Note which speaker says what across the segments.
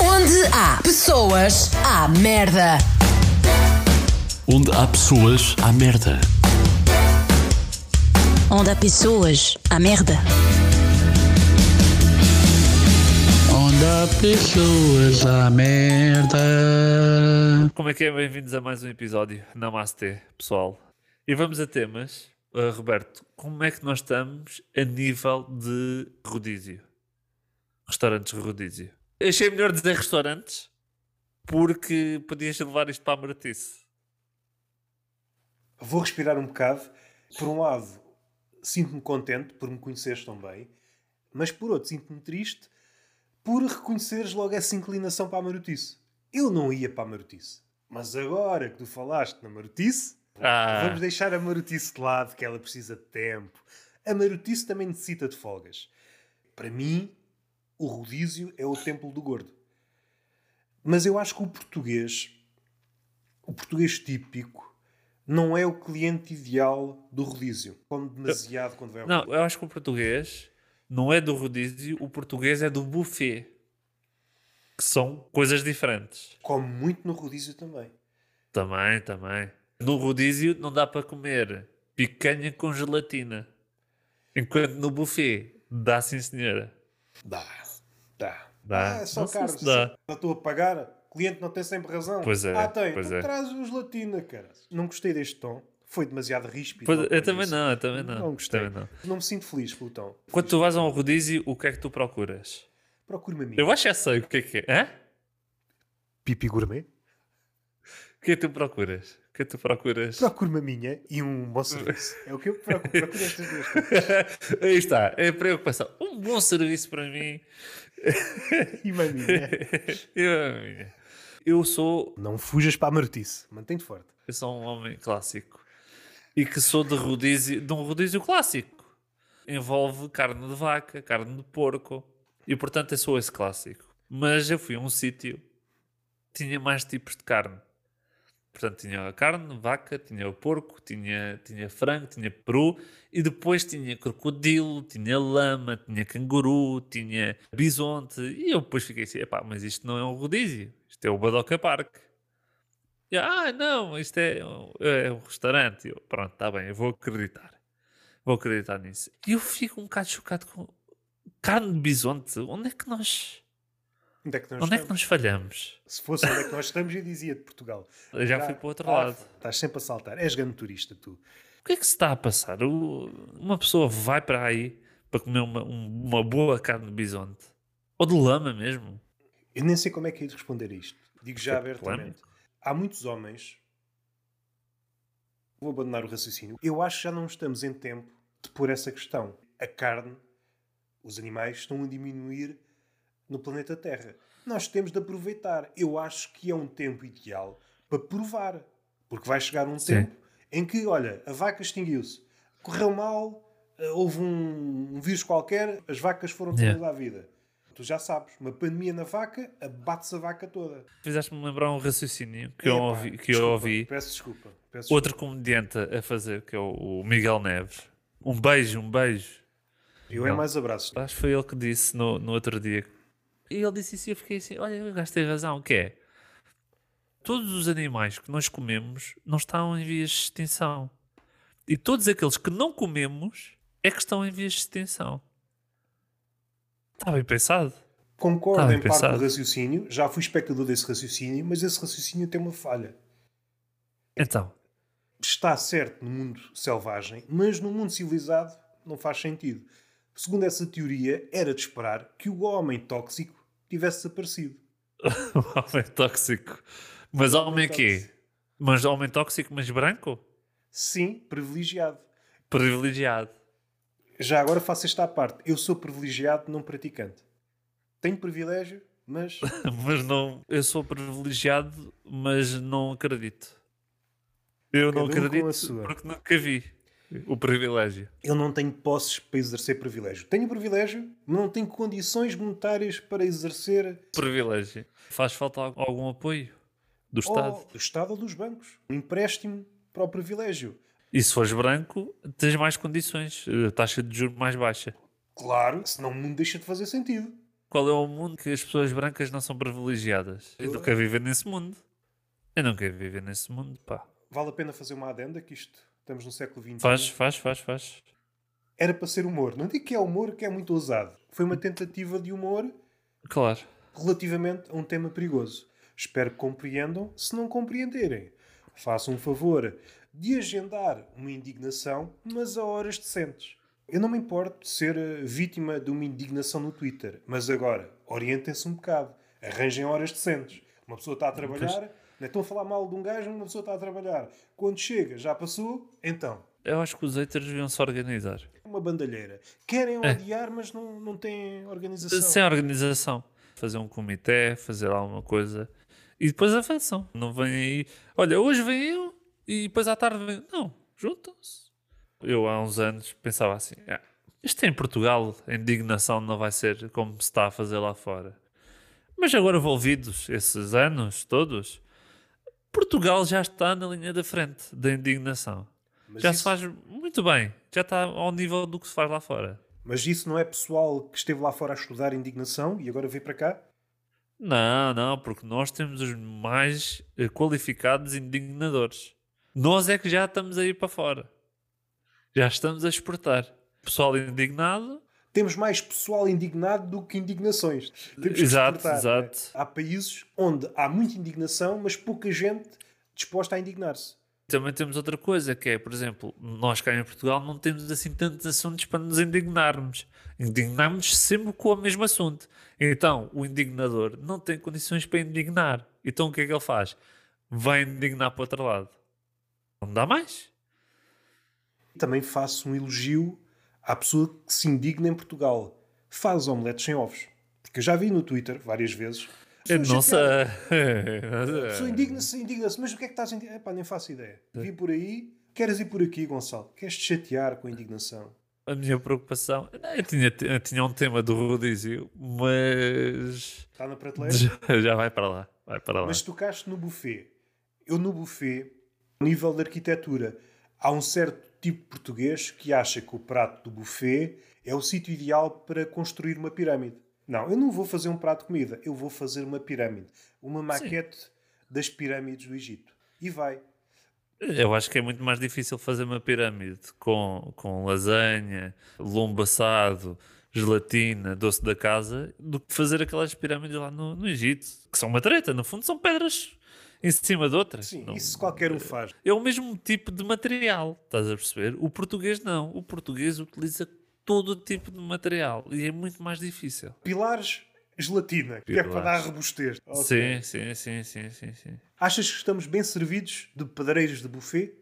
Speaker 1: Onde há pessoas, há merda.
Speaker 2: Onde há pessoas, há merda.
Speaker 3: Onde há pessoas, há merda.
Speaker 4: Onde há pessoas à merda.
Speaker 5: Como é que é? Bem-vindos a mais um episódio. Namastê, pessoal. E vamos a temas. Uh, Roberto, como é que nós estamos a nível de rodízio? Restaurantes rodízio. Achei melhor dizer restaurantes porque podias levar isto para a Maratice.
Speaker 6: Vou respirar um bocado. Por um lado, sinto-me contente por me conheceres tão bem, mas por outro, sinto-me triste por reconheceres logo essa inclinação para a marotice. Eu não ia para a marotice, mas agora que tu falaste na marotice,
Speaker 5: Ah.
Speaker 6: vamos deixar a marotice de lado, que ela precisa de tempo. A marotice também necessita de folgas. Para mim, o rodízio é o templo do gordo. Mas eu acho que o português, o português típico, não é o cliente ideal do rodízio. Come demasiado quando vai ao
Speaker 5: Não, eu acho que o português não é do rodízio, o português é do buffet. Que são coisas diferentes.
Speaker 6: Come muito no rodízio também.
Speaker 5: Também, também. No rodízio não dá para comer picanha com gelatina. Enquanto no buffet dá sim, senhora.
Speaker 6: Dá. Dá.
Speaker 5: Dá.
Speaker 6: Ah, é só
Speaker 5: Não sei
Speaker 6: caro.
Speaker 5: se dá.
Speaker 6: Só estou a pagar. O cliente não tem sempre razão.
Speaker 5: Pois é,
Speaker 6: Ah, tem.
Speaker 5: pois
Speaker 6: tu
Speaker 5: é.
Speaker 6: traz os latina, cara. Não gostei deste tom. Foi demasiado ríspido.
Speaker 5: Pois, é,
Speaker 6: não
Speaker 5: eu
Speaker 6: foi
Speaker 5: também
Speaker 6: isso.
Speaker 5: não, eu também não.
Speaker 6: Não gostei.
Speaker 5: Também
Speaker 6: Não.
Speaker 5: não.
Speaker 6: me sinto feliz pelo tom.
Speaker 5: Quando tu vais a um rodízio, o que é que tu procuras?
Speaker 6: Procure-me a mim.
Speaker 5: Eu acho que já sei o que é que é. Hã?
Speaker 6: Pipi gourmet?
Speaker 5: O que é que tu procuras? O que é que tu procuras?
Speaker 6: Procure-me a minha e um bom serviço. É o que eu procuro. Procuro estas duas coisas.
Speaker 5: Aí está, é preocupação. Um bom serviço para mim.
Speaker 6: E uma minha.
Speaker 5: Eu, a minha. eu sou
Speaker 6: Não fujas para a martice. Mantém-te forte.
Speaker 5: eu sou um homem clássico e que sou de rodízio, de um rodízio clássico. Envolve carne de vaca, carne de porco e portanto eu sou esse clássico. Mas eu fui a um sítio que tinha mais tipos de carne. Portanto, tinha a carne, vaca, tinha o porco, tinha, tinha frango, tinha peru e depois tinha crocodilo, tinha lama, tinha canguru, tinha bisonte. E eu depois fiquei assim: epá, mas isto não é um rodízio, isto é o Badoca Park. E, ah, não, isto é, um- é um restaurante. Eu, pronto, está bem, eu vou acreditar. Vou acreditar nisso. E eu fico um bocado chocado com carne de bisonte. Onde é que nós,
Speaker 6: Onde é que nós
Speaker 5: onde é que nós
Speaker 6: estamos?
Speaker 5: falhamos?
Speaker 6: Se fosse onde é que nós estamos, eu dizia de Portugal.
Speaker 5: Eu já fui para o outro lado.
Speaker 6: Estás sempre a saltar. És grande turista, tu.
Speaker 5: O que é que se está a passar? O- uma pessoa vai para aí para comer uma, um- uma boa carne de bisonte. Ou de lama mesmo.
Speaker 6: Eu nem sei como é que hei de responder a isto. Digo já
Speaker 5: É
Speaker 6: abertamente.
Speaker 5: polémico.
Speaker 6: Há muitos homens. Vou abandonar o raciocínio. Eu acho que já não estamos em tempo de pôr essa questão. A carne, os animais estão a diminuir no planeta Terra. Nós temos de aproveitar. Eu acho que é um tempo ideal para provar. Porque vai chegar um
Speaker 5: Sim.
Speaker 6: tempo em que, olha, a vaca extinguiu-se, correu mal, eh, houve um, um vírus qualquer, as vacas foram
Speaker 5: Yeah.
Speaker 6: todas à vida. Tu já sabes, uma pandemia na vaca, abate-se a vaca toda.
Speaker 5: Fizeste-me lembrar um raciocínio que eu
Speaker 6: Epá,
Speaker 5: ouvi. Que eu
Speaker 6: desculpa,
Speaker 5: ouvi.
Speaker 6: Peço desculpa. Peço
Speaker 5: Outro comediante a fazer, que é o o Miguel Neves. Um beijo, um beijo.
Speaker 6: desculpa. Eu é
Speaker 5: Não. Ah,
Speaker 6: mais abraços.
Speaker 5: Acho que foi ele que disse no, no outro dia. E ele disse isso e eu fiquei assim: olha, o gajo tem razão. O que é? Todos os animais que nós comemos não estão em vias de extinção. E todos aqueles que não comemos é que estão em vias de extinção. Está bem pensado.
Speaker 6: Concordo
Speaker 5: Tá
Speaker 6: em
Speaker 5: bem
Speaker 6: parte
Speaker 5: pensado.
Speaker 6: do raciocínio, já fui espectador desse raciocínio, mas esse raciocínio tem uma falha.
Speaker 5: Então,
Speaker 6: Está certo no mundo selvagem, mas no mundo civilizado não faz sentido. Segundo essa teoria, era de esperar que o homem tóxico tivesse desaparecido.
Speaker 5: o homem tóxico. Mas homem quê? Mas homem tóxico, mas branco?
Speaker 6: Sim, privilegiado.
Speaker 5: Privilegiado.
Speaker 6: Já agora faço esta à parte. Eu sou privilegiado, não praticante. Tenho privilégio, mas
Speaker 5: mas não. Eu sou privilegiado, mas não acredito. Eu não
Speaker 6: Cada um com a
Speaker 5: acredito
Speaker 6: sua.
Speaker 5: porque nunca vi o privilégio.
Speaker 6: eu não tenho posses para exercer privilégio. Tenho privilégio, mas não tenho condições monetárias para exercer
Speaker 5: Privilégio. Faz falta al- algum apoio do Estado.
Speaker 6: ou do Estado ou dos bancos. Um empréstimo para o privilégio.
Speaker 5: E se fores branco, tens mais condições. eh, Taxa de juros mais baixa.
Speaker 6: Claro, senão o mundo deixa de fazer sentido.
Speaker 5: Qual é o mundo que as pessoas brancas não são privilegiadas? Eu não quero viver nesse mundo. Eu não quero viver nesse mundo, pá.
Speaker 6: Vale a pena fazer uma adenda que isto. Estamos no século XXI.
Speaker 5: Faz, faz, faz, faz.
Speaker 6: Era para ser humor. Não digo que é humor, que é muito ousado. Foi uma tentativa de humor
Speaker 5: Claro.
Speaker 6: relativamente a um tema perigoso. Espero que compreendam. Se não compreenderem, façam um favor de agendar uma indignação, mas a horas decentes. Eu não me importo de ser eh, vítima de uma indignação no Twitter, mas agora, orientem-se um bocado. Arranjem horas decentes. Uma pessoa está a trabalhar, não é? estão a falar mal de um gajo, uma pessoa está a trabalhar. Quando chega, já passou, então.
Speaker 5: Eu acho que os haters deviam se organizar.
Speaker 6: Uma bandalheira. Querem
Speaker 5: É.
Speaker 6: odiar, mas não, não têm organização.
Speaker 5: Sem organização. Fazer um comitê, fazer alguma coisa. E depois avançam. Não vem aí. Olha, hoje vem eu e depois à tarde vem. Não, juntam-se. Eu há uns anos pensava assim: "Ah, isto é em Portugal, a indignação não vai ser como se está a fazer lá fora. Mas agora envolvidos esses anos todos, Portugal já está na linha da frente da indignação.
Speaker 6: Mas
Speaker 5: já
Speaker 6: isso-
Speaker 5: se faz muito bem. Já está ao nível do que se faz lá fora.
Speaker 6: Mas isso não é pessoal que esteve lá fora a estudar indignação e agora veio para cá?
Speaker 5: Não, não, porque nós temos os mais eh, qualificados indignadores. Nós é que já estamos aí para fora. Já estamos a exportar. Pessoal indignado,
Speaker 6: Temos mais pessoal indignado do que indignações. Temos que
Speaker 5: Exato,
Speaker 6: exportar,
Speaker 5: exato.
Speaker 6: não é? Há países onde há muita indignação, mas pouca gente disposta a indignar-se.
Speaker 5: também temos outra coisa que é, por exemplo, nós cá em Portugal não temos assim tantos assuntos para nos indignarmos. Indignamos sempre com o mesmo assunto. Então, o indignador não tem condições para indignar. Então, o que é que ele faz? Vai indignar para o outro lado. Não dá mais.
Speaker 6: Também faço um elogio à pessoa que se indigna em Portugal. Faz omeletes sem ovos. Porque eu já vi no Twitter várias vezes.
Speaker 5: Eu não
Speaker 6: pessoas chateadas.
Speaker 5: sei.
Speaker 6: A pessoa indigna-se, indigna-se. Mas o que é que estás indigna? Epá, nem faço ideia.
Speaker 5: É.
Speaker 6: Vim por aí. Queres ir por aqui, Gonçalo? Queres te chatear com a indignação?
Speaker 5: A minha preocupação. Eu tinha, eu tinha um tema do rodízio, mas.
Speaker 6: Está na prateleira?
Speaker 5: Já, já vai para lá. Vai para lá.
Speaker 6: Mas tocaste no buffet. Eu no buffet, a nível de arquitetura, há um certo tipo de português que acha que o prato do buffet é o sítio ideal para construir uma pirâmide. Não, eu não vou fazer um prato de comida, eu vou fazer uma pirâmide. Uma maquete das pirâmides do Egito. E vai.
Speaker 5: Eu acho que é muito mais difícil fazer uma pirâmide com, com lasanha, lombo assado, gelatina, doce da casa, do que fazer aquelas pirâmides lá no, no Egito, que são uma treta. No fundo, são pedras em cima de outras.
Speaker 6: Sim,
Speaker 5: Não-
Speaker 6: isso qualquer um faz.
Speaker 5: É o mesmo tipo de material, estás a perceber? O português não. O português utiliza todo o tipo de material e é muito mais difícil.
Speaker 6: Pilares, gelatina, que é para
Speaker 5: Pilares.
Speaker 6: dar robustez.
Speaker 5: Sim,
Speaker 6: Ok.
Speaker 5: sim, sim, sim, sim, sim.
Speaker 6: Achas que estamos bem servidos de pedreiros de buffet?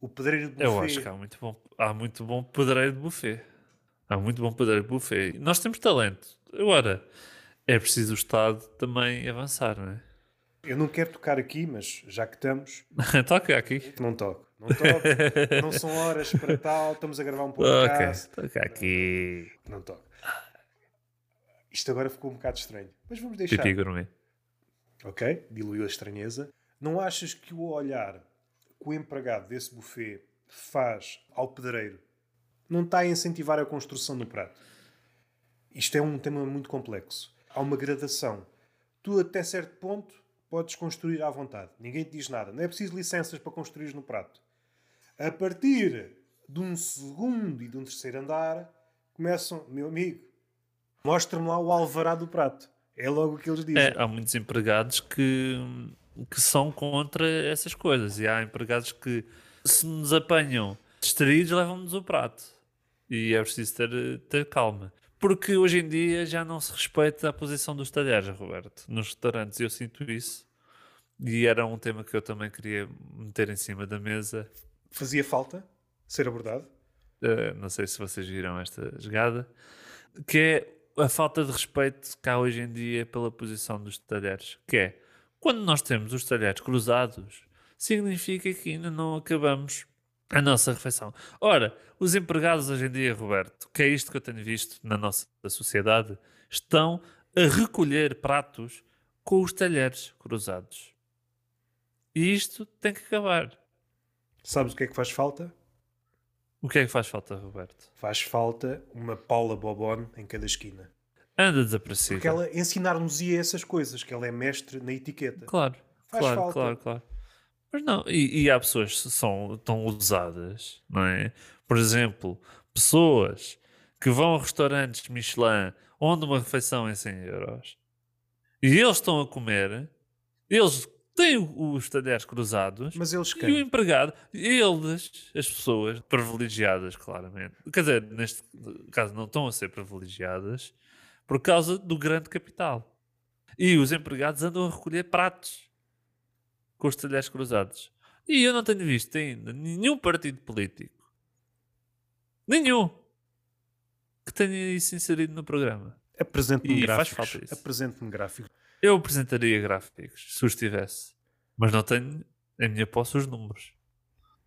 Speaker 6: O pedreiro de buffet.
Speaker 5: Eu acho que há muito bom, há muito bom pedreiro de buffet. Há muito bom pedreiro de buffet. Nós temos talento. Agora, é preciso o Estado também avançar, não é?
Speaker 6: Eu não quero tocar aqui, mas já que estamos,
Speaker 5: Toca aqui.
Speaker 6: Não toco. Não toco. não são horas para tal. Estamos a gravar um
Speaker 5: Toca.
Speaker 6: podcast.
Speaker 5: Toca aqui.
Speaker 6: Não toco. Isto agora ficou um bocado estranho. Mas vamos deixar.
Speaker 5: Pipi gourmet.
Speaker 6: Ok? Diluiu a estranheza. Não achas que o olhar que o empregado desse buffet faz ao pedreiro não está a incentivar a construção do prato? Isto é um tema muito complexo. Há uma gradação. Tu, até certo ponto, podes construir à vontade. Ninguém te diz nada. Não é preciso licenças para construir no prato. A partir de um segundo e de um terceiro andar, começam, meu amigo, mostra-me lá o alvará do prato. É logo o que eles dizem.
Speaker 5: É, há muitos empregados que, que são contra essas coisas. E há empregados que, se nos apanham distraídos, levam-nos o prato. E é preciso ter, ter calma. Porque hoje em dia já não se respeita a posição dos talheres, Roberto, nos restaurantes. Eu sinto isso. E era um tema que eu também queria meter em cima da mesa.
Speaker 6: Fazia falta ser abordado?
Speaker 5: Eh, não sei se vocês viram esta jogada, que é a falta de respeito que há hoje em dia pela posição dos talheres, que é quando nós temos os talheres cruzados, significa que ainda não acabamos a nossa refeição. Ora, os empregados hoje em dia, Roberto, que é isto que eu tenho visto na nossa sociedade, estão a recolher pratos com os talheres cruzados. E isto tem que acabar.
Speaker 6: Sabes o que é que faz falta?
Speaker 5: O que é que faz falta, Roberto?
Speaker 6: Faz falta uma Paula Bobon em cada esquina.
Speaker 5: Anda desaparecida.
Speaker 6: Porque é ela ensinar-nos-ia essas coisas, que ela é mestre na etiqueta.
Speaker 5: Claro,
Speaker 6: Faz
Speaker 5: claro,
Speaker 6: falta.
Speaker 5: claro, claro. Mas não, e, e há pessoas que são tão usadas, não é? Por exemplo, pessoas que vão a restaurantes Michelin onde uma refeição é 100 euros e eles estão a comer, eles têm o- os talheres cruzados
Speaker 6: Mas eles
Speaker 5: e o
Speaker 6: quem?
Speaker 5: empregado, eles, as pessoas privilegiadas, claramente, quer dizer, neste caso não estão a ser privilegiadas por causa do grande capital. E os empregados andam a recolher pratos com os talheres cruzados. E eu não tenho visto ainda nenhum partido político, nenhum, que tenha isso inserido no programa.
Speaker 6: Apresente-me
Speaker 5: E faz
Speaker 6: gráficos.
Speaker 5: falta isso.
Speaker 6: Apresente-me gráficos.
Speaker 5: Eu apresentaria gráficos se os tivesse, mas não tenho em minha posse os números.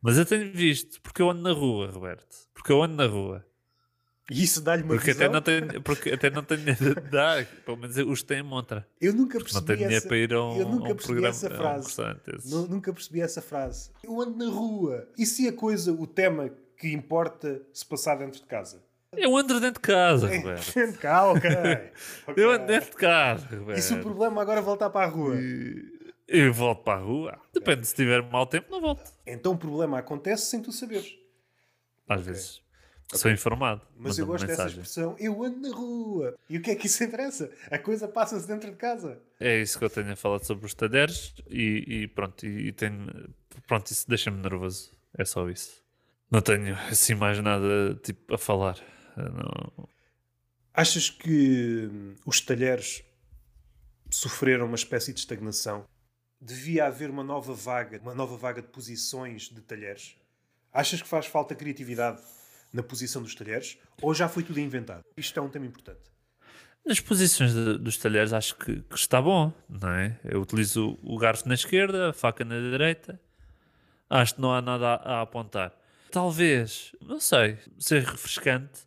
Speaker 5: Mas eu tenho visto, porque eu ando na rua, Roberto. Porque eu ando na rua.
Speaker 6: E isso dá-lhe uma
Speaker 5: Porque até,
Speaker 6: visão?
Speaker 5: não tenho, porque até não tenho dá, pelo menos os que têm montra.
Speaker 6: Eu nunca
Speaker 5: Não tenho
Speaker 6: percebi
Speaker 5: dinheiro
Speaker 6: essa...
Speaker 5: para ir a um,
Speaker 6: eu nunca
Speaker 5: a um
Speaker 6: percebi
Speaker 5: programa.
Speaker 6: essa
Speaker 5: a um
Speaker 6: frase.
Speaker 5: restaurante desses.
Speaker 6: Nu- Nunca percebi essa frase. Eu ando na rua. E se a coisa, o tema que importa se passar dentro de casa?
Speaker 5: Eu ando dentro de casa,
Speaker 6: É.
Speaker 5: Roberto.
Speaker 6: Gente, cá, ok. Ok.
Speaker 5: Eu ando dentro de casa, Roberto.
Speaker 6: E se o problema agora é voltar para a rua?
Speaker 5: Eu volto para a rua. Depende, se tiver mau tempo, não volto.
Speaker 6: Então o problema acontece sem tu saberes.
Speaker 5: Às vezes. Sou informado.
Speaker 6: Mas
Speaker 5: manda-me
Speaker 6: eu gosto dessa
Speaker 5: mensagem.
Speaker 6: expressão. Eu ando na rua. E o que é que isso interessa? A coisa passa-se dentro de casa.
Speaker 5: É isso que eu tenho a falar sobre os talheres e, e pronto, e, e tenho, pronto, isso deixa-me nervoso. É só isso. Não tenho assim mais nada tipo a falar. Eu Não,
Speaker 6: Achas que hum, os talheres sofreram uma espécie de estagnação? Devia haver uma nova vaga, uma nova vaga de posições de talheres? Achas que faz falta criatividade na posição dos talheres? Ou já foi tudo inventado? Isto é um tema importante.
Speaker 5: Nas posições de- dos talheres acho que, que está bom, não é? Eu utilizo o garfo na esquerda, a faca na direita. Acho que não há nada a, a apontar. Talvez, não sei, ser refrescante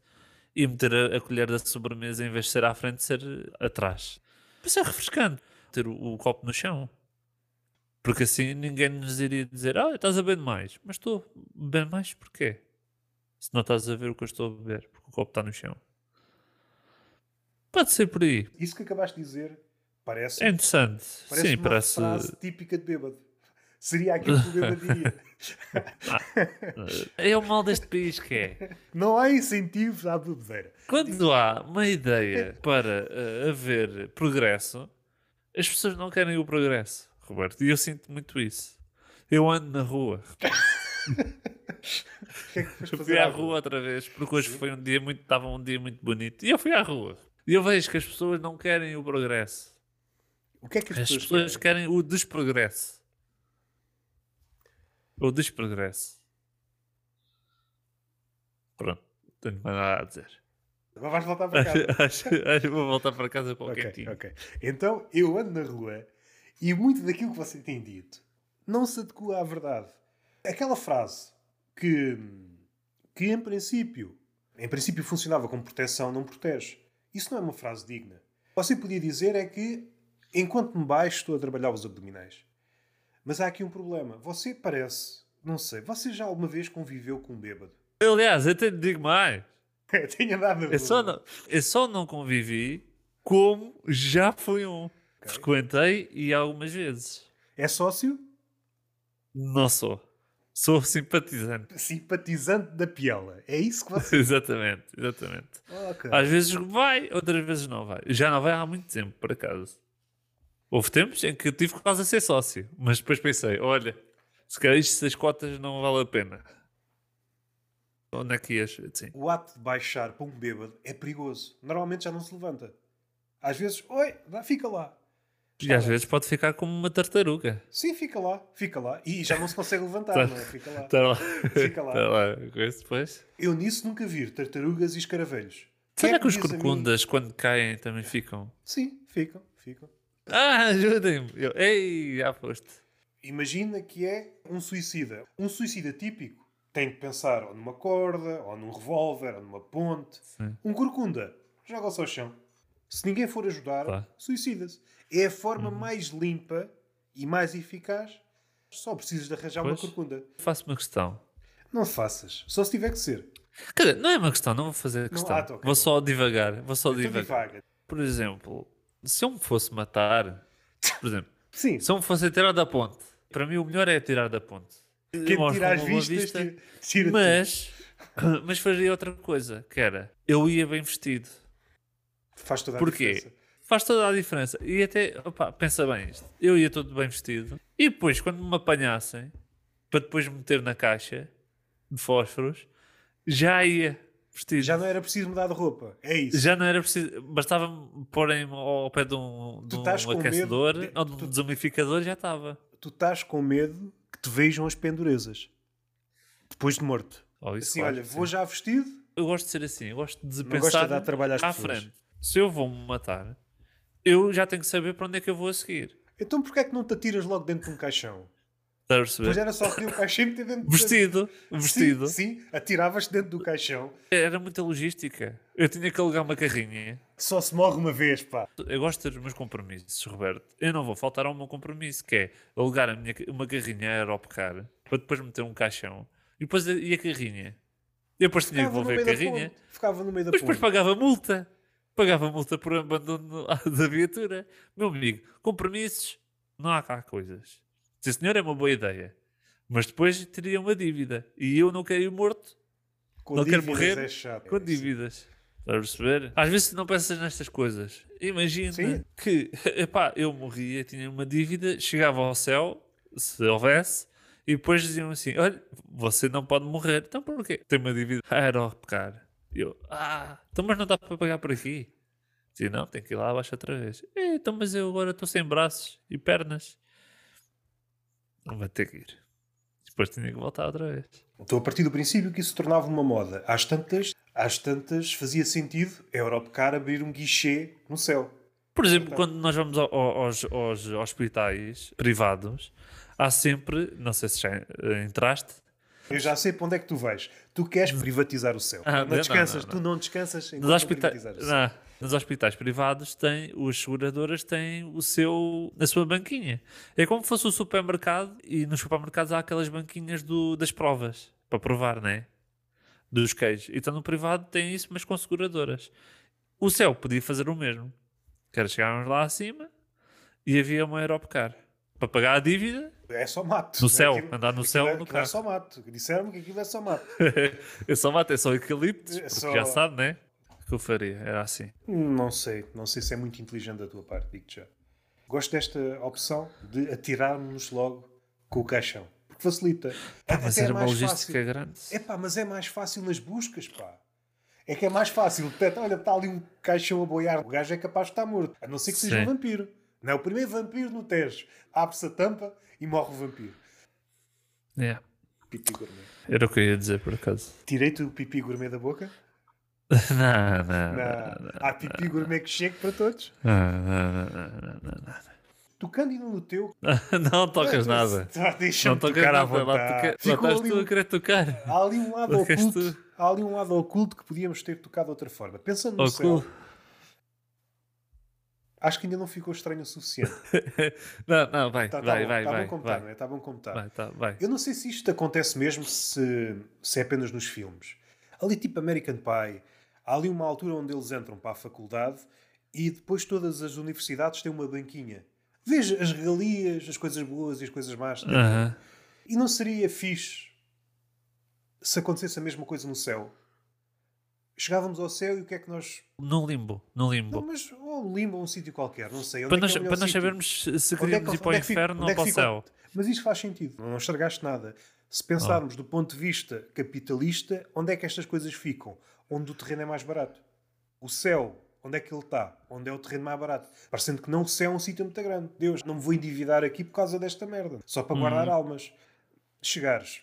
Speaker 5: e meter a, a colher da sobremesa em vez de ser à frente, ser atrás. Mas é refrescante ter o, o copo no chão. Porque assim ninguém nos iria dizer, ah, estás a beber demais. Mas estou a beber mais porquê? Se não estás a ver o que eu estou a beber, porque o copo está no chão. Pode ser por aí.
Speaker 6: Isso que acabaste de dizer parece,
Speaker 5: É interessante.
Speaker 6: parece
Speaker 5: Sim,
Speaker 6: uma
Speaker 5: parece.
Speaker 6: frase típica de bêbado. Seria aquilo que o bêbado diria.
Speaker 5: É o mal deste país que é.
Speaker 6: Não há incentivos à bebedeira.
Speaker 5: Quando há uma ideia para eh, haver progresso, as pessoas não querem o progresso, Roberto. E eu sinto muito isso. Eu ando na rua.
Speaker 6: O que é que foste
Speaker 5: Eu
Speaker 6: fazer
Speaker 5: fui à rua outra vez, porque hoje foi um dia muito, estava um dia muito bonito. E eu fui à rua. E eu vejo que as pessoas não querem o progresso.
Speaker 6: O que é que as,
Speaker 5: As
Speaker 6: pessoas
Speaker 5: pessoas querem o desprogresso. O desprogresso. Pronto, tenho mais nada a dizer.
Speaker 6: Agora vais voltar para casa.
Speaker 5: acho, acho que vou voltar para casa com o
Speaker 6: Ok,
Speaker 5: quentinho.
Speaker 6: ok. Então, eu ando na rua e muito daquilo que você tem dito não se adequa à verdade. Aquela frase que, que em princípio, em princípio funcionava como proteção, não protege. Isso não é uma frase digna. Você podia dizer é que, enquanto me baixo, estou a trabalhar os abdominais. Mas há aqui um problema. Você parece, não sei, você já alguma vez conviveu com um bêbado?
Speaker 5: Aliás, eu até lhe digo mais.
Speaker 6: Tenho andado na rua.
Speaker 5: Eu É só, não, eu só não convivi como já fui um. Frequentei e algumas vezes.
Speaker 6: É sócio?
Speaker 5: Não sou. Sou simpatizante.
Speaker 6: Simpatizante da piela. É isso que você...
Speaker 5: exatamente, exatamente.
Speaker 6: Ok.
Speaker 5: Às vezes vai, outras vezes não vai. Já não vai há muito tempo, por acaso. Houve tempos em que eu tive quase a ser sócio, mas depois pensei: olha, se calhar isto das cotas não vale a pena. Onde é que ias? Sim.
Speaker 6: O ato de baixar para um bêbado é perigoso. Normalmente já não se levanta. Às vezes, oi, vá, fica lá.
Speaker 5: E às vezes pode ficar como uma tartaruga.
Speaker 6: Sim, fica lá, fica lá. E já não se consegue levantar,
Speaker 5: Tá.
Speaker 6: não é? Fica lá.
Speaker 5: Está lá.
Speaker 6: Fica lá.
Speaker 5: Tá lá. Com isso depois.
Speaker 6: Eu nisso nunca vi tartarugas e escaravelhos. Quem
Speaker 5: Será
Speaker 6: é
Speaker 5: que os
Speaker 6: me diz a mim-
Speaker 5: corcundas, quando caem, também ficam?
Speaker 6: Sim, ficam, ficam.
Speaker 5: Ah, ajudem-me! Eu- Ei, já foste.
Speaker 6: Imagina que é um suicida. Um suicida típico tem que pensar ou numa corda, ou num revólver, ou numa ponte.
Speaker 5: Sim.
Speaker 6: Um corcunda joga-se ao chão. Se ninguém for ajudar,
Speaker 5: Claro. Uhum.
Speaker 6: suicida-se. É a forma mais limpa e mais eficaz. Só precisas de arranjar uma
Speaker 5: Pois.
Speaker 6: corcunda.
Speaker 5: Faço uma questão.
Speaker 6: Não faças. Só se tiver que ser.
Speaker 5: Quer dizer, não é uma questão, não vou fazer a questão.
Speaker 6: ah, tá, ok.
Speaker 5: Vou só divagar. Vou só
Speaker 6: Então
Speaker 5: divagar.
Speaker 6: divaga.
Speaker 5: Por exemplo, se eu me fosse matar, por exemplo,
Speaker 6: Sim,
Speaker 5: se eu me fosse atirar da ponte, para mim o melhor é atirar da ponte.
Speaker 6: quem
Speaker 5: Mostra
Speaker 6: tira as
Speaker 5: uma boa
Speaker 6: vistas,
Speaker 5: vista,
Speaker 6: tira, tira
Speaker 5: mas, mas faria outra coisa, que era, eu ia bem vestido.
Speaker 6: tudo. Faz toda a
Speaker 5: Porquê?
Speaker 6: diferença.
Speaker 5: Faz toda a diferença. E até, opá, pensa bem isto. Eu ia todo bem vestido. E depois, quando me apanhassem, para depois me meter na caixa de fósforos, já ia vestido.
Speaker 6: Já não era preciso mudar de roupa. É isso.
Speaker 5: Já não era preciso. Bastava-me porem ao pé de um, de
Speaker 6: Tu
Speaker 5: um
Speaker 6: estás com medo
Speaker 5: aquecedor
Speaker 6: de-
Speaker 5: ou de um
Speaker 6: tu-
Speaker 5: desumidificador, já estava.
Speaker 6: Tu estás com medo que te vejam as pendurezas. Depois de morto.
Speaker 5: Oh, isso
Speaker 6: Assim,
Speaker 5: claro
Speaker 6: olha,
Speaker 5: que
Speaker 6: vou
Speaker 5: sim.
Speaker 6: já vestido,
Speaker 5: Eu gosto de ser assim, eu gosto de
Speaker 6: Não gosto
Speaker 5: pensar
Speaker 6: de dar trabalho às
Speaker 5: à
Speaker 6: pessoas.
Speaker 5: frente. Se eu vou-me matar, eu já tenho que saber para onde é que eu vou a seguir.
Speaker 6: então porquê é que não te atiras logo dentro de um caixão?
Speaker 5: Estás a perceber?
Speaker 6: Pois era só recolher o caixão e meter dentro do-
Speaker 5: Vestido, vestido.
Speaker 6: Sim, sim atiravas-te dentro do caixão.
Speaker 5: Era muita logística. Eu tinha que alugar uma carrinha.
Speaker 6: Só se morre uma vez, pá.
Speaker 5: Eu gosto de ter os meus compromissos, Roberto. Eu não vou faltar ao meu compromisso, que é alugar a minha, ca- uma carrinha a aeropecar, para depois meter um caixão, e depois a, e a carrinha. Eu depois tinha que
Speaker 6: Ficava no
Speaker 5: devolver
Speaker 6: meio
Speaker 5: a
Speaker 6: da
Speaker 5: carrinha,
Speaker 6: ponte. Ficava no meio da
Speaker 5: mas depois
Speaker 6: ponte.
Speaker 5: pagava multa. Pagava multa por abandono da viatura. Meu amigo, compromissos, não há cá coisas. Sim, senhor, é uma boa ideia. Mas depois teria uma dívida. E eu não quero ir morto
Speaker 6: Com
Speaker 5: não quero
Speaker 6: dívidas
Speaker 5: morrer
Speaker 6: é chato.
Speaker 5: com
Speaker 6: É, sim.
Speaker 5: dívidas. Estás a perceber? Às vezes não pensas nestas coisas. Imagina
Speaker 6: Sim.
Speaker 5: que, epá, eu morria, tinha uma dívida, chegava ao céu, se houvesse, e depois diziam assim, olha, você não pode morrer. Então porquê? Tem uma dívida. Ah, era ao pecar. E eu, ah, então mas não dá para pagar por aqui. Dizia, não, tem que ir lá abaixo outra vez. "Eh, Então mas eu agora estou sem braços e pernas. Não vai ter que ir. Depois tinha que voltar outra vez.
Speaker 6: Então, a partir do princípio que isso se tornava uma moda. Às tantas, às tantas fazia sentido a Europcar abrir um guichê no céu.
Speaker 5: Por exemplo, quando nós vamos ao- ao- aos, aos hospitais privados, há sempre, não sei se já eh, entraste,
Speaker 6: Eu já sei para onde é que tu vais. Tu queres privatizar o céu.
Speaker 5: Ah,
Speaker 6: não,
Speaker 5: não,
Speaker 6: descansas,
Speaker 5: não,
Speaker 6: tu não descansas
Speaker 5: nos,
Speaker 6: enquanto
Speaker 5: hospita-
Speaker 6: não privatizares o céu.
Speaker 5: não, nos hospitais privados tem, as seguradoras têm o seu, a sua banquinha. É como se fosse o supermercado e nos supermercados há aquelas banquinhas do- das provas, para provar, não é? Dos queijos. Então no privado tem isso, mas com seguradoras. O céu podia fazer o mesmo. Que era chegarmos lá acima e havia uma aeropecar. Para pagar a dívida
Speaker 6: É só mato.
Speaker 5: No
Speaker 6: não é?
Speaker 5: céu,
Speaker 6: Aquilo-
Speaker 5: andar no
Speaker 6: aquilo
Speaker 5: céu
Speaker 6: é,
Speaker 5: no
Speaker 6: aquilo é
Speaker 5: carro.
Speaker 6: só mato. Disseram-me que aquilo é só mato.
Speaker 5: Eu só mato, é só eucaliptos,
Speaker 6: É
Speaker 5: porque
Speaker 6: só- É
Speaker 5: já sabe, né? O que eu faria, era assim.
Speaker 6: Não sei, não sei se é muito inteligente da tua parte, digo já. Gosto desta opção de atirarmos logo com o caixão, porque facilita.
Speaker 5: Ah, mas
Speaker 6: Até é
Speaker 5: era uma
Speaker 6: mais
Speaker 5: logística
Speaker 6: fácil.
Speaker 5: grande.
Speaker 6: É pá, mas é mais fácil nas buscas, pá. É que é mais fácil. Detecta, olha, está ali um caixão a boiar. O gajo é capaz de estar morto, a não ser que seja
Speaker 5: Sim.
Speaker 6: um vampiro. Não é o primeiro vampiro no Tejo. Abre-se a tampa e morre o vampiro. É
Speaker 5: Yeah.
Speaker 6: Pipi gourmet.
Speaker 5: É. Era o que eu ia dizer, por acaso.
Speaker 6: Tirei-te o pipi gourmet da boca?
Speaker 5: não, Ah, não,
Speaker 6: Na... Há pipi gourmet que chega para todos.
Speaker 5: não, não, não, não, não, não.
Speaker 6: Tocando ainda no teu.
Speaker 5: Não tocas nada.
Speaker 6: Tá, Deixa-me
Speaker 5: Não tocas
Speaker 6: tocar à
Speaker 5: nada. Lá,
Speaker 6: vontade.
Speaker 5: toca... lá
Speaker 6: Ficou
Speaker 5: estás
Speaker 6: ali
Speaker 5: tu
Speaker 6: um-
Speaker 5: a querer tocar.
Speaker 6: Há ali um lado
Speaker 5: Lá estás
Speaker 6: oculto. Há ali um lado oculto que podíamos ter tocado de outra forma. Pensando no
Speaker 5: Oculto.
Speaker 6: céu, acho que ainda não ficou estranho o suficiente.
Speaker 5: Não, não, vai,
Speaker 6: Está
Speaker 5: vai,
Speaker 6: bom,
Speaker 5: vai,
Speaker 6: tá
Speaker 5: vai.
Speaker 6: bom como
Speaker 5: vai.
Speaker 6: está, não é? Está bom como está.
Speaker 5: Vai, tá, vai.
Speaker 6: Eu não sei se isto acontece mesmo se, se é apenas nos filmes. Ali, tipo American Pie, há ali uma altura onde eles entram para a faculdade e depois todas as universidades têm uma banquinha. Veja as regalias, as coisas boas e as coisas más.
Speaker 5: Aham.
Speaker 6: E não seria fixe se acontecesse a mesma coisa no céu? Chegávamos ao céu e o que é que nós.
Speaker 5: Num limbo, num
Speaker 6: Não,
Speaker 5: limbo.
Speaker 6: mas ou um limbo ou um sítio qualquer, não sei. Onde
Speaker 5: para
Speaker 6: é que
Speaker 5: nós,
Speaker 6: é o melhor
Speaker 5: para nós
Speaker 6: sítio?
Speaker 5: sabermos se- se
Speaker 6: Onde é
Speaker 5: queremos
Speaker 6: que-
Speaker 5: ir para o
Speaker 6: onde é que fica-
Speaker 5: inferno
Speaker 6: onde
Speaker 5: ou
Speaker 6: é que
Speaker 5: para o
Speaker 6: fica-
Speaker 5: céu.
Speaker 6: Mas isso faz sentido, não estragaste nada. Se pensarmos do ponto de vista capitalista, onde é que estas coisas ficam? Onde o terreno é mais barato. O céu, onde é que ele está? Onde é o terreno mais barato? Parecendo que não, o céu é um sítio muito grande. Deus, não me vou endividar aqui por causa desta merda. Só para guardar almas. Chegares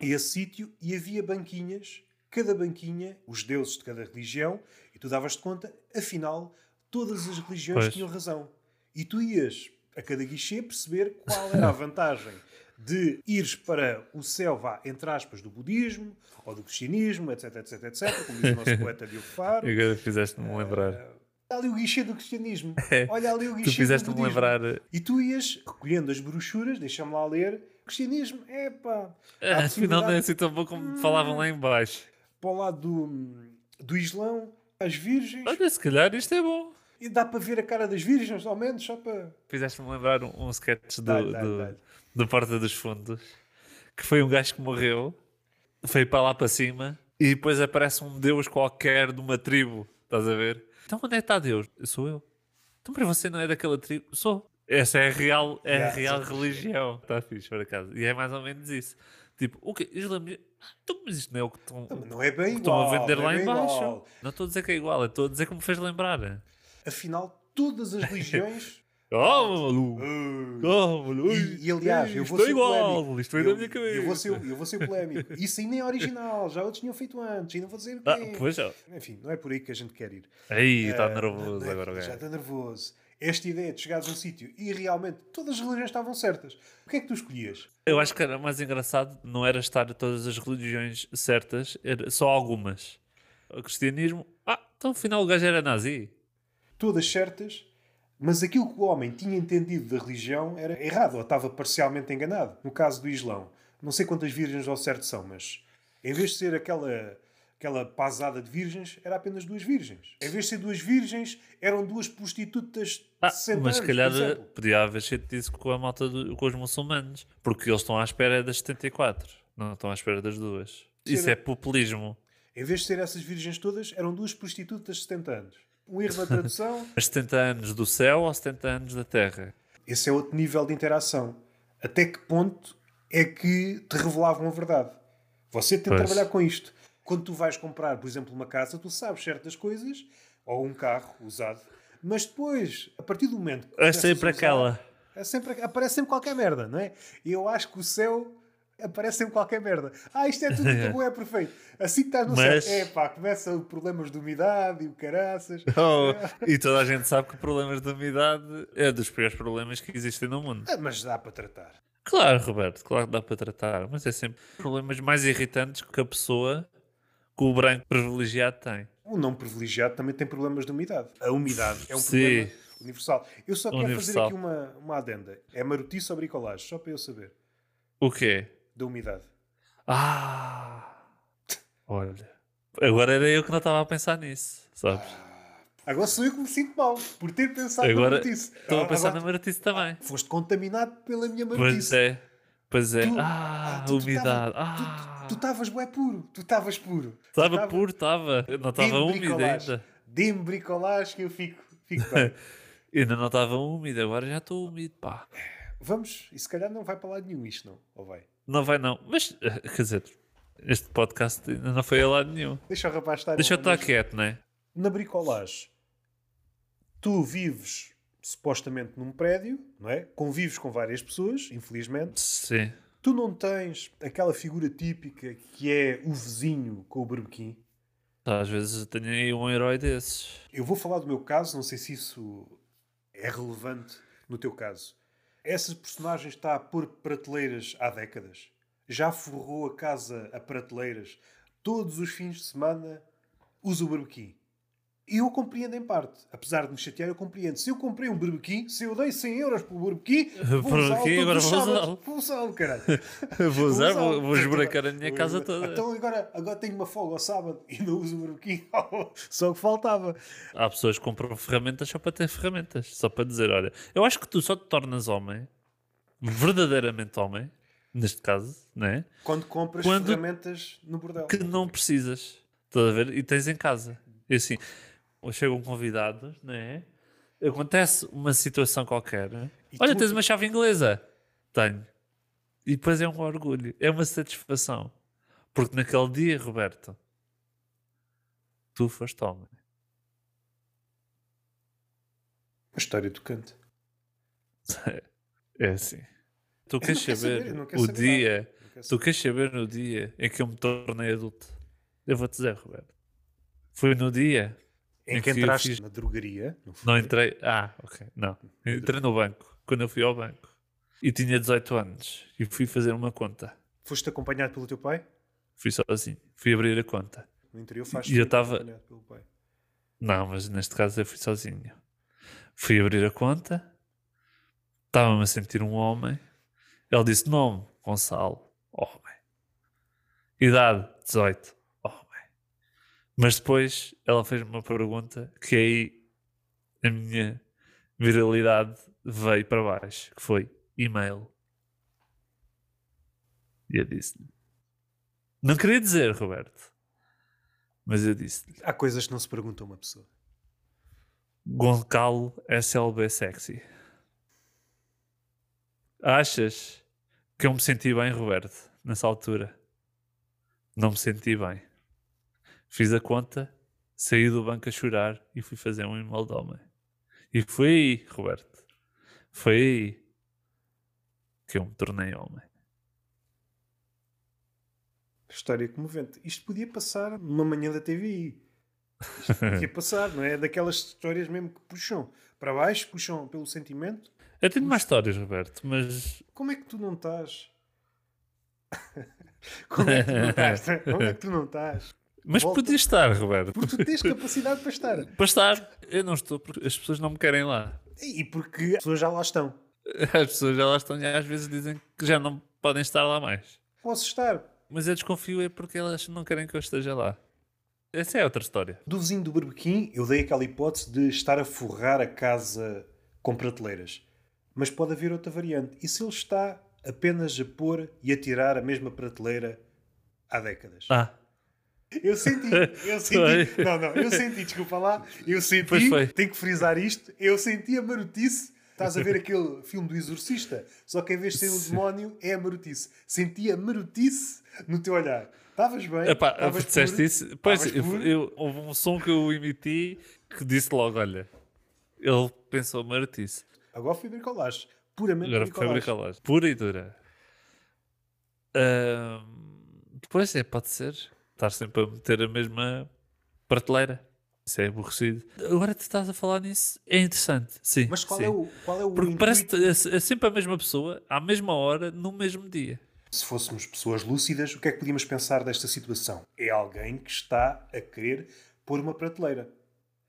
Speaker 6: a esse sítio e havia banquinhas, cada banquinha, os deuses de cada religião, e tu davas-te conta, afinal, todas as religiões
Speaker 5: Pois.
Speaker 6: tinham razão. E tu ias a cada guichê perceber qual era a vantagem de ires para o céu, vá, entre aspas, do budismo ou do cristianismo, etc, etc, etc, como diz o nosso poeta Diogo Faro.
Speaker 5: Agora fizeste-me lembrar. É.
Speaker 6: Olha ali o guichê do cristianismo. Olha ali o guichê
Speaker 5: Tu
Speaker 6: do
Speaker 5: fizeste-me
Speaker 6: budismo.
Speaker 5: lembrar. eh,
Speaker 6: E tu ias recolhendo as brochuras, deixa-me lá ler. Cristianismo, é pá.
Speaker 5: Ah, Afinal, não é assim tão bom como
Speaker 6: Hum.
Speaker 5: falavam lá em baixo.
Speaker 6: Para o lado do, do Islão, as virgens.
Speaker 5: Olha, se calhar isto é bom.
Speaker 6: E dá para ver a cara das virgens, ao menos, só para.
Speaker 5: Fizeste-me lembrar um, um sketch do,
Speaker 6: Dá-lhe, dá-lhe,
Speaker 5: do-
Speaker 6: dá-lhe.
Speaker 5: do Porta dos Fundos, que foi um gajo que morreu, foi para lá para cima, e depois aparece um deus qualquer de uma tribo, estás a ver? Então onde é que está Deus? Eu sou eu. Então para você não é daquela tribo? Sou. Essa é a real, é a
Speaker 6: Yeah,
Speaker 5: real
Speaker 6: sim.
Speaker 5: religião. Está fixe, por acaso. E é mais ou menos isso. Tipo, o quê? Islamismo? Então, mas isto não é o que estão...
Speaker 6: Mas Não é bem
Speaker 5: que estão
Speaker 6: igual.
Speaker 5: a vender
Speaker 6: não é
Speaker 5: lá
Speaker 6: bem
Speaker 5: embaixo.
Speaker 6: igual.
Speaker 5: Não estou a dizer que é igual, eu estou a dizer que me fez lembrar.
Speaker 6: Afinal, todas as religiões.
Speaker 5: Oh, maluco!
Speaker 6: Uh,
Speaker 5: Oh, maluco!
Speaker 6: E, e, aliás, eu
Speaker 5: Isto
Speaker 6: vou
Speaker 5: é
Speaker 6: ser
Speaker 5: igual,
Speaker 6: polémico.
Speaker 5: isto veio
Speaker 6: eu,
Speaker 5: da minha cabeça.
Speaker 6: Eu vou, ser, eu vou ser polémico. Isso ainda é original, já outros tinham feito antes, ainda vou dizer o quê.
Speaker 5: Ah, pois é.
Speaker 6: Enfim, não é por aí que a gente quer ir.
Speaker 5: Aí, está
Speaker 6: Ah,
Speaker 5: nervoso
Speaker 6: não é-
Speaker 5: agora o
Speaker 6: Já
Speaker 5: gajo.
Speaker 6: está nervoso. Esta ideia de chegares a um sítio e realmente todas as religiões estavam certas. O que é que tu escolhias?
Speaker 5: Eu acho que era mais engraçado não era estar todas as religiões certas, era só algumas. O cristianismo, ah, então afinal o gajo era nazi.
Speaker 6: Todas certas, mas aquilo que o homem tinha entendido da religião era errado ou estava parcialmente enganado. No caso do Islão, não sei quantas virgens ao certo são, mas em vez de ser aquela, aquela pasada de virgens, era apenas duas virgens. Em vez de ser duas virgens, eram duas prostitutas de
Speaker 5: Ah,
Speaker 6: 60
Speaker 5: mas se
Speaker 6: anos,
Speaker 5: calhar
Speaker 6: por exemplo.
Speaker 5: podia haver sido disso com a malta, do- com os muçulmanos, porque eles estão à espera das 74, não estão à espera das duas. Isso
Speaker 6: Sim. né?
Speaker 5: é populismo.
Speaker 6: Em vez de ser essas virgens todas, eram duas prostitutas de 70 anos. Um erro na tradução,
Speaker 5: Mas 70 anos do céu ou 70 anos da terra?
Speaker 6: esse é outro nível de interação. Até que ponto é que te revelavam a verdade? Você tem de
Speaker 5: Pois.
Speaker 6: trabalhar com isto. Quando tu vais comprar, por exemplo, uma casa, tu sabes certas coisas, ou um carro usado, mas depois, a partir do momento. que
Speaker 5: É
Speaker 6: começas
Speaker 5: sempre
Speaker 6: a usar,
Speaker 5: aquela.
Speaker 6: É sempre, aparece sempre qualquer merda, não é? E eu acho que o céu aparece sempre qualquer merda. Ah, isto é tudo muito bom, é perfeito. Assim que estás no
Speaker 5: Mas-
Speaker 6: céu, é pá, começam problemas de umidade e o caraças.
Speaker 5: Oh, e toda a gente sabe que problemas de umidade é dos piores problemas que existem no mundo.
Speaker 6: Ah, mas dá para tratar.
Speaker 5: Claro, Roberto, claro que dá para tratar, mas é sempre problemas mais irritantes que a pessoa que o branco privilegiado tem.
Speaker 6: O não privilegiado também tem problemas de umidade. A umidade é um
Speaker 5: Sim.
Speaker 6: problema universal. Eu só quero fazer
Speaker 5: Universal.
Speaker 6: aqui uma, uma adenda. É marotice ou bricolagem? Só para eu saber.
Speaker 5: O quê?
Speaker 6: Da umidade.
Speaker 5: Ah! Olha. Agora era eu que não estava a pensar nisso, sabes?
Speaker 6: Tá, Agora sou eu que me sinto mal por ter pensado na
Speaker 5: Agora
Speaker 6: marotice.
Speaker 5: estou a
Speaker 6: Ah,
Speaker 5: pensar na
Speaker 6: tá agora
Speaker 5: marotice também.
Speaker 6: Foste contaminado pela minha
Speaker 5: Pois
Speaker 6: marotice.
Speaker 5: é, pois é.
Speaker 6: Tu-
Speaker 5: Ah,
Speaker 6: tu- tu
Speaker 5: umidade.
Speaker 6: tava- tu-
Speaker 5: Ah!
Speaker 6: Tu estavas bué puro. Tu estavas puro. Tu
Speaker 5: Estava
Speaker 6: tava-
Speaker 5: puro, estava. Não estava
Speaker 6: Dê-me
Speaker 5: úmida
Speaker 6: bricolagem.
Speaker 5: ainda.
Speaker 6: Dê-me bricolagem que eu fico, fico bem.
Speaker 5: Ainda não estava úmida, agora já estou úmido, pá.
Speaker 6: Vamos, e se calhar não vai para lado nenhum isto, não. Ou vai?
Speaker 5: Não vai não. Mas, eh, quer dizer, este podcast ainda não foi a lado nenhum.
Speaker 6: Deixa o rapaz estar.
Speaker 5: Deixa eu
Speaker 6: não-
Speaker 5: estar
Speaker 6: não-
Speaker 5: quieto, não é?
Speaker 6: na bricolagem, tu vives supostamente num prédio, não é? Convives com várias pessoas, infelizmente.
Speaker 5: Sim.
Speaker 6: Tu não tens aquela figura típica que é o vizinho com o berbequim.
Speaker 5: Tá, Às vezes eu tenho aí um herói desses.
Speaker 6: Eu vou falar do meu caso, não sei se isso é relevante no teu caso. Essa personagem está a pôr prateleiras há décadas. Já forrou a casa a prateleiras. Todos os fins de semana usa o barbequim. E eu compreendo em parte. Apesar de me chatear, eu compreendo. Se eu comprei um barbequim, se eu dei 100 euros pelo barbequim, vou
Speaker 5: Por
Speaker 6: usá-lo
Speaker 5: aqui,
Speaker 6: todos
Speaker 5: agora
Speaker 6: os
Speaker 5: vou
Speaker 6: sábados.
Speaker 5: usá-lo.
Speaker 6: Vou usá-lo, caralho.
Speaker 5: Vou usar, vou, vou
Speaker 6: usá-lo.
Speaker 5: esburacar a minha casa toda.
Speaker 6: Então agora, agora tenho uma folga ao sábado e não uso o barbequim. Só o que faltava.
Speaker 5: Há pessoas que compram ferramentas só para ter ferramentas. Só para dizer, olha, eu acho que tu só te tornas homem, verdadeiramente homem, neste caso, não é?
Speaker 6: Quando compras
Speaker 5: Quando-
Speaker 6: ferramentas no bordel.
Speaker 5: que não precisas. Estás a ver? E tens em casa. E assim, ou chegam convidados, não é? Acontece uma situação qualquer. né?
Speaker 6: E
Speaker 5: Olha,
Speaker 6: tu-
Speaker 5: tens uma chave inglesa. Tenho. E depois é um orgulho, é uma satisfação. Porque naquele dia, Roberto, tu foste homem.
Speaker 6: Uma história tocante.
Speaker 5: É assim. Tu queres
Speaker 6: quero
Speaker 5: saber,
Speaker 6: saber, eu não quero
Speaker 5: o
Speaker 6: saber
Speaker 5: dia.
Speaker 6: nada. Não quero
Speaker 5: Tu
Speaker 6: saber.
Speaker 5: queres saber no dia em que eu me tornei adulto? Eu vou-te dizer, Roberto. Foi no dia
Speaker 6: Em
Speaker 5: em
Speaker 6: que
Speaker 5: que eu
Speaker 6: entraste
Speaker 5: fiz-
Speaker 6: na drogaria, não foi?
Speaker 5: Não entrei. Ah, ok. Não. Entrei no banco. Quando eu fui ao banco. E tinha 18 anos. E fui fazer uma conta.
Speaker 6: foste acompanhado pelo teu pai?
Speaker 5: Fui sozinho. Fui abrir a conta.
Speaker 6: No interior faz
Speaker 5: E eu tava-
Speaker 6: acompanhado pelo pai.
Speaker 5: Não, mas neste caso eu fui sozinho. Fui abrir a conta. Estava-me a sentir um homem. Ele disse: Nome, Gonçalo. Homem. Idade, 18. Homem. Mas depois ela fez-me uma pergunta que aí a minha viralidade veio para baixo, que foi e-mail. E eu disse-lhe. Não queria dizer, Roberto. Mas eu disse-lhe.
Speaker 6: Há coisas que não se pergunta a uma pessoa.
Speaker 5: Goncalo SLB sexy. Achas que eu me senti bem, Roberto, nessa altura? Não me senti bem. Fiz a conta, saí do banco a chorar e fui fazer um e-mail de homem. E foi aí, Roberto, foi aí que eu me tornei homem.
Speaker 6: História comovente. Isto podia passar numa manhã da TVI. Isto podia passar, não é? Daquelas histórias mesmo que puxam para baixo, puxam pelo sentimento.
Speaker 5: Eu tenho mais histórias, Roberto, mas
Speaker 6: Como é que tu não estás? Como é que tu não estás? Como é que tu não estás?
Speaker 5: Mas
Speaker 6: Volta.
Speaker 5: podias estar, Roberto.
Speaker 6: Porque tu tens capacidade para estar.
Speaker 5: Para estar, eu não estou, porque as pessoas não me querem lá.
Speaker 6: E porque as pessoas já lá estão.
Speaker 5: As pessoas já lá estão e às vezes dizem que já não podem estar lá mais.
Speaker 6: Posso estar.
Speaker 5: Mas eu desconfio é porque elas não querem que eu esteja lá. Essa é outra história.
Speaker 6: Do vizinho do Berbequim, eu dei aquela hipótese de estar a forrar a casa com prateleiras. Mas pode haver outra variante. E se ele está apenas a pôr e a tirar a mesma prateleira há décadas?
Speaker 5: Ah,
Speaker 6: Eu senti, eu senti. não, não, eu senti, desculpa lá. Eu
Speaker 5: Pois
Speaker 6: senti,
Speaker 5: foi.
Speaker 6: tenho que frisar isto. Eu senti a marotice. Estás a ver aquele filme do Exorcista? Só que em vez de ser um demónio, é a marotice. Senti a marotice no teu olhar. Estavas bem?
Speaker 5: epá,
Speaker 6: estavas
Speaker 5: disseste
Speaker 6: puro,
Speaker 5: isso. Pois,
Speaker 6: estavas
Speaker 5: eu,
Speaker 6: puro.
Speaker 5: eu- houve um som que eu emiti que disse logo: olha, ele pensou Martice.
Speaker 6: Agora foi bricolage. Puramente
Speaker 5: Agora foi
Speaker 6: bricolage.
Speaker 5: bricolagem. Pura e dura. Ahm, pois é, pode ser. Estar sempre a meter a mesma prateleira. Isso é aborrecido. Agora tu estás a falar nisso. É interessante. Sim.
Speaker 6: Mas qual
Speaker 5: sim.
Speaker 6: é, o, qual é o
Speaker 5: Porque
Speaker 6: intuito?
Speaker 5: parece que é é sempre a mesma pessoa, à mesma hora, no mesmo dia.
Speaker 6: Se fôssemos pessoas lúcidas, o que é que podíamos pensar desta situação? É alguém que está a querer pôr uma prateleira.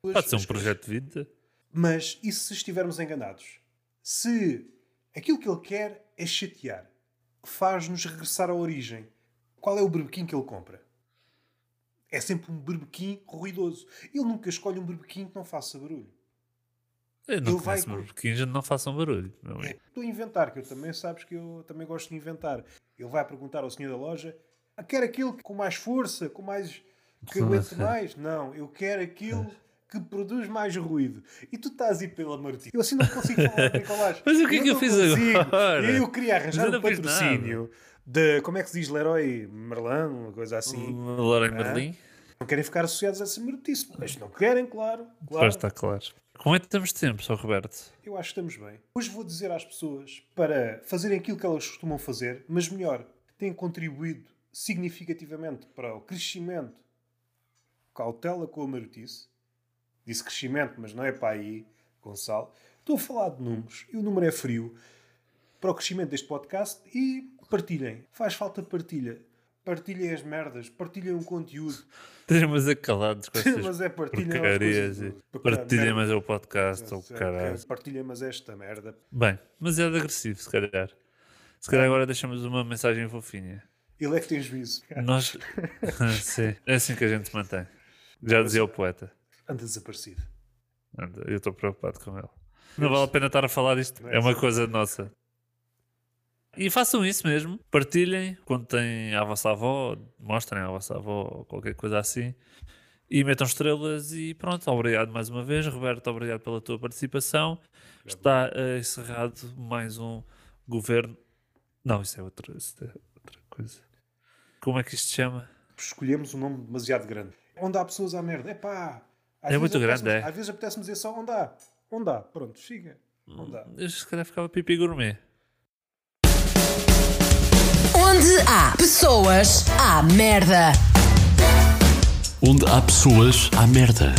Speaker 5: Pode ser um
Speaker 6: As-
Speaker 5: projeto de vida.
Speaker 6: Mas e se estivermos enganados? Se aquilo que ele quer é chatear, faz-nos regressar à origem, qual é o berbequim que ele compra? É sempre um berbequim ruidoso. Ele nunca escolhe um berbequim que não faça barulho.
Speaker 5: Eu não
Speaker 6: Ele vai
Speaker 5: conheço
Speaker 6: com-
Speaker 5: meus pequenos, não façam barulho. meu amigo.
Speaker 6: Estou a inventar, que eu também sabes que eu também gosto de inventar. Ele vai perguntar ao senhor da loja: "Ah, quer aquele que com mais força, com mais. que aguente mais? Não, eu quero aquele que produz mais ruído. E tu estás aí pela Martim. Eu assim não consigo falar de bricolagem.
Speaker 5: Mas o que é que eu
Speaker 6: não
Speaker 5: fiz
Speaker 6: consigo.
Speaker 5: agora?
Speaker 6: Eu queria
Speaker 5: Mas
Speaker 6: arranjar
Speaker 5: eu
Speaker 6: um
Speaker 5: não fiz nada.
Speaker 6: patrocínio de. como é que se diz Leroy? Merlin, uma coisa
Speaker 5: Hum.
Speaker 6: assim.
Speaker 5: Lorem Merlin.
Speaker 6: Não querem ficar associados a essa Martice. Mas não querem, claro.
Speaker 5: Claro.
Speaker 6: claro.
Speaker 5: Está claro. Como é que temos tempo, só Roberto?
Speaker 6: Eu acho que estamos bem. Hoje vou dizer às pessoas para fazerem aquilo que elas costumam fazer, mas melhor, têm contribuído significativamente para o crescimento. Cautela com a marotice. Disse crescimento, mas não é para aí, Gonçalo. Estou a falar de números e o número é frio para o crescimento deste podcast e partilhem. Faz falta partilha. Partilhem as merdas, partilhem o conteúdo.
Speaker 5: Estamos acalados com estas
Speaker 6: Mas é partilhem as
Speaker 5: porcarias.
Speaker 6: coisas.
Speaker 5: e Partilhem mais o podcast ou o caralho.
Speaker 6: Partilhem, mas esta merda.
Speaker 5: Bem, mas é de agressivo, se calhar. Se calhar agora deixamos uma mensagem fofinha.
Speaker 6: Ele é que tem juízo.
Speaker 5: Nós. Sim, é assim que a gente mantém. Já dizia o poeta.
Speaker 6: Anda desaparecido.
Speaker 5: Anda, Eu estou preocupado com ele. Não vale a pena estar a falar disto. É uma coisa nossa. E façam isso mesmo. Partilhem quando têm a vossa avó, mostrem à vossa avó ou qualquer coisa assim. E metam estrelas e pronto. Obrigado mais uma vez, Roberto. Obrigado pela tua participação. Está eh, encerrado mais um governo. Não, isso é outra, isso é outra coisa. Como é que isto se chama?
Speaker 6: Escolhemos um nome demasiado grande. Onde há pessoas à merda. Epá! Às
Speaker 5: É muito
Speaker 6: apetece-me-
Speaker 5: grande, é.
Speaker 6: Às vezes apetece-me dizer só onde há. Onde há. Pronto, chega. Onde há.
Speaker 5: Eu, se calhar ficava pipi gourmet.
Speaker 1: Onde há pessoas, há merda.
Speaker 2: Onde há pessoas, há merda.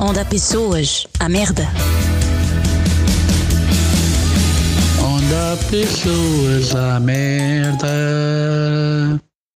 Speaker 3: Onde há pessoas, há merda.
Speaker 4: Onde há pessoas, há merda.